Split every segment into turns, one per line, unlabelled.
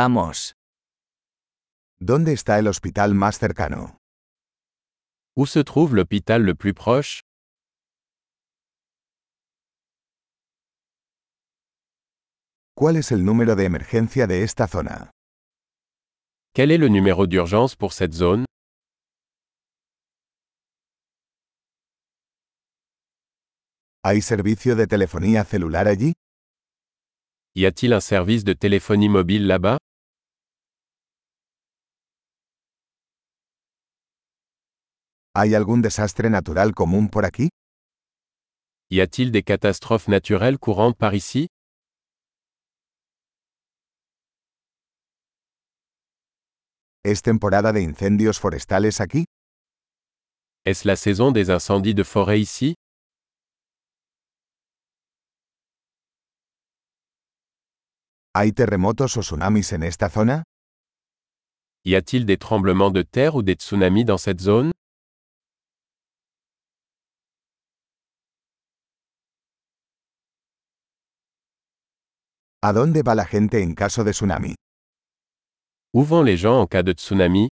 Vamos.
¿Dónde está el hospital más cercano?
Où se trouve l'hôpital le plus proche
¿Cuál es el número de emergencia de esta zona?
Quel est le numéro d'urgence pour cette zone
¿Hay servicio de telefonía celular allí?
Y a-t-il un service de téléphonie mobile là-bas
¿Hay algún desastre natural común por aquí?
Y a-t-il des catastrophes naturelles courantes par ici
¿Es temporada de incendios forestales aquí?
Est-ce la saison des incendies de forêt ici
¿Hay terremotos o tsunamis en esta zona?
Y a-t-il des tremblements de terre ou des tsunamis dans cette zone
¿A dónde va la gente en caso de tsunami?
Où vont les gens en cas de tsunami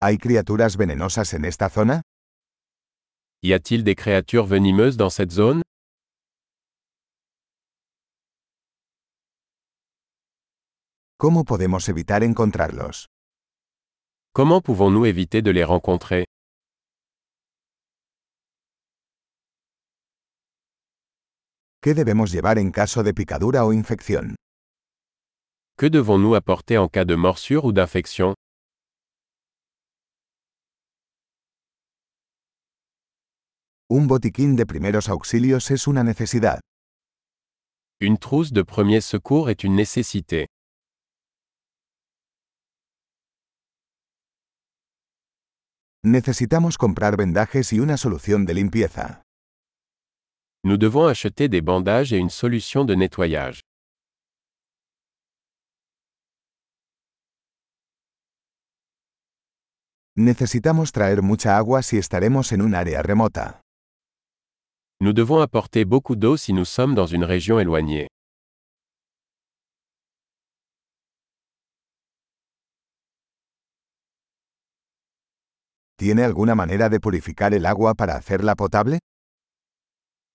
¿Hay criaturas venenosas en esta zona?
Y a-t-il des créatures venimeuses dans cette zone
¿Cómo podemos evitar encontrarlos?
Comment pouvons-nous éviter de les rencontrer
¿Qué debemos llevar en caso de picadura o infección?
Que devons-nous apporter en cas de morsure ou d'infection
Un botiquín de primeros auxilios es una necesidad.
Une trousse de premier secours est une nécessité.
Necesitamos comprar vendajes y una solución de limpieza.
Nous devons acheter des bandages et une solution de nettoyage.
Necesitamos traer mucha agua si estaremos en un área remota.
Nous devons apporter beaucoup d'eau si nous sommes dans une région éloignée.
¿Tiene alguna manera de purificar el agua para hacerla potable?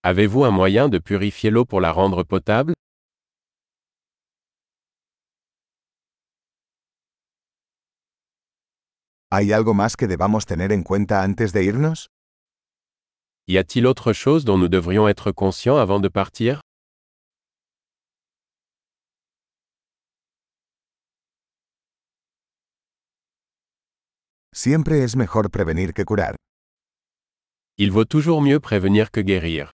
Avez-vous un moyen de purifier l'eau pour la rendre potable
¿Hay algo más que debamos tener en cuenta antes de irnos?
Y a-t-il autre chose dont nous devrions être conscients avant de partir
Siempre es mejor prevenir que curar.
Il vaut toujours mieux prévenir que guérir.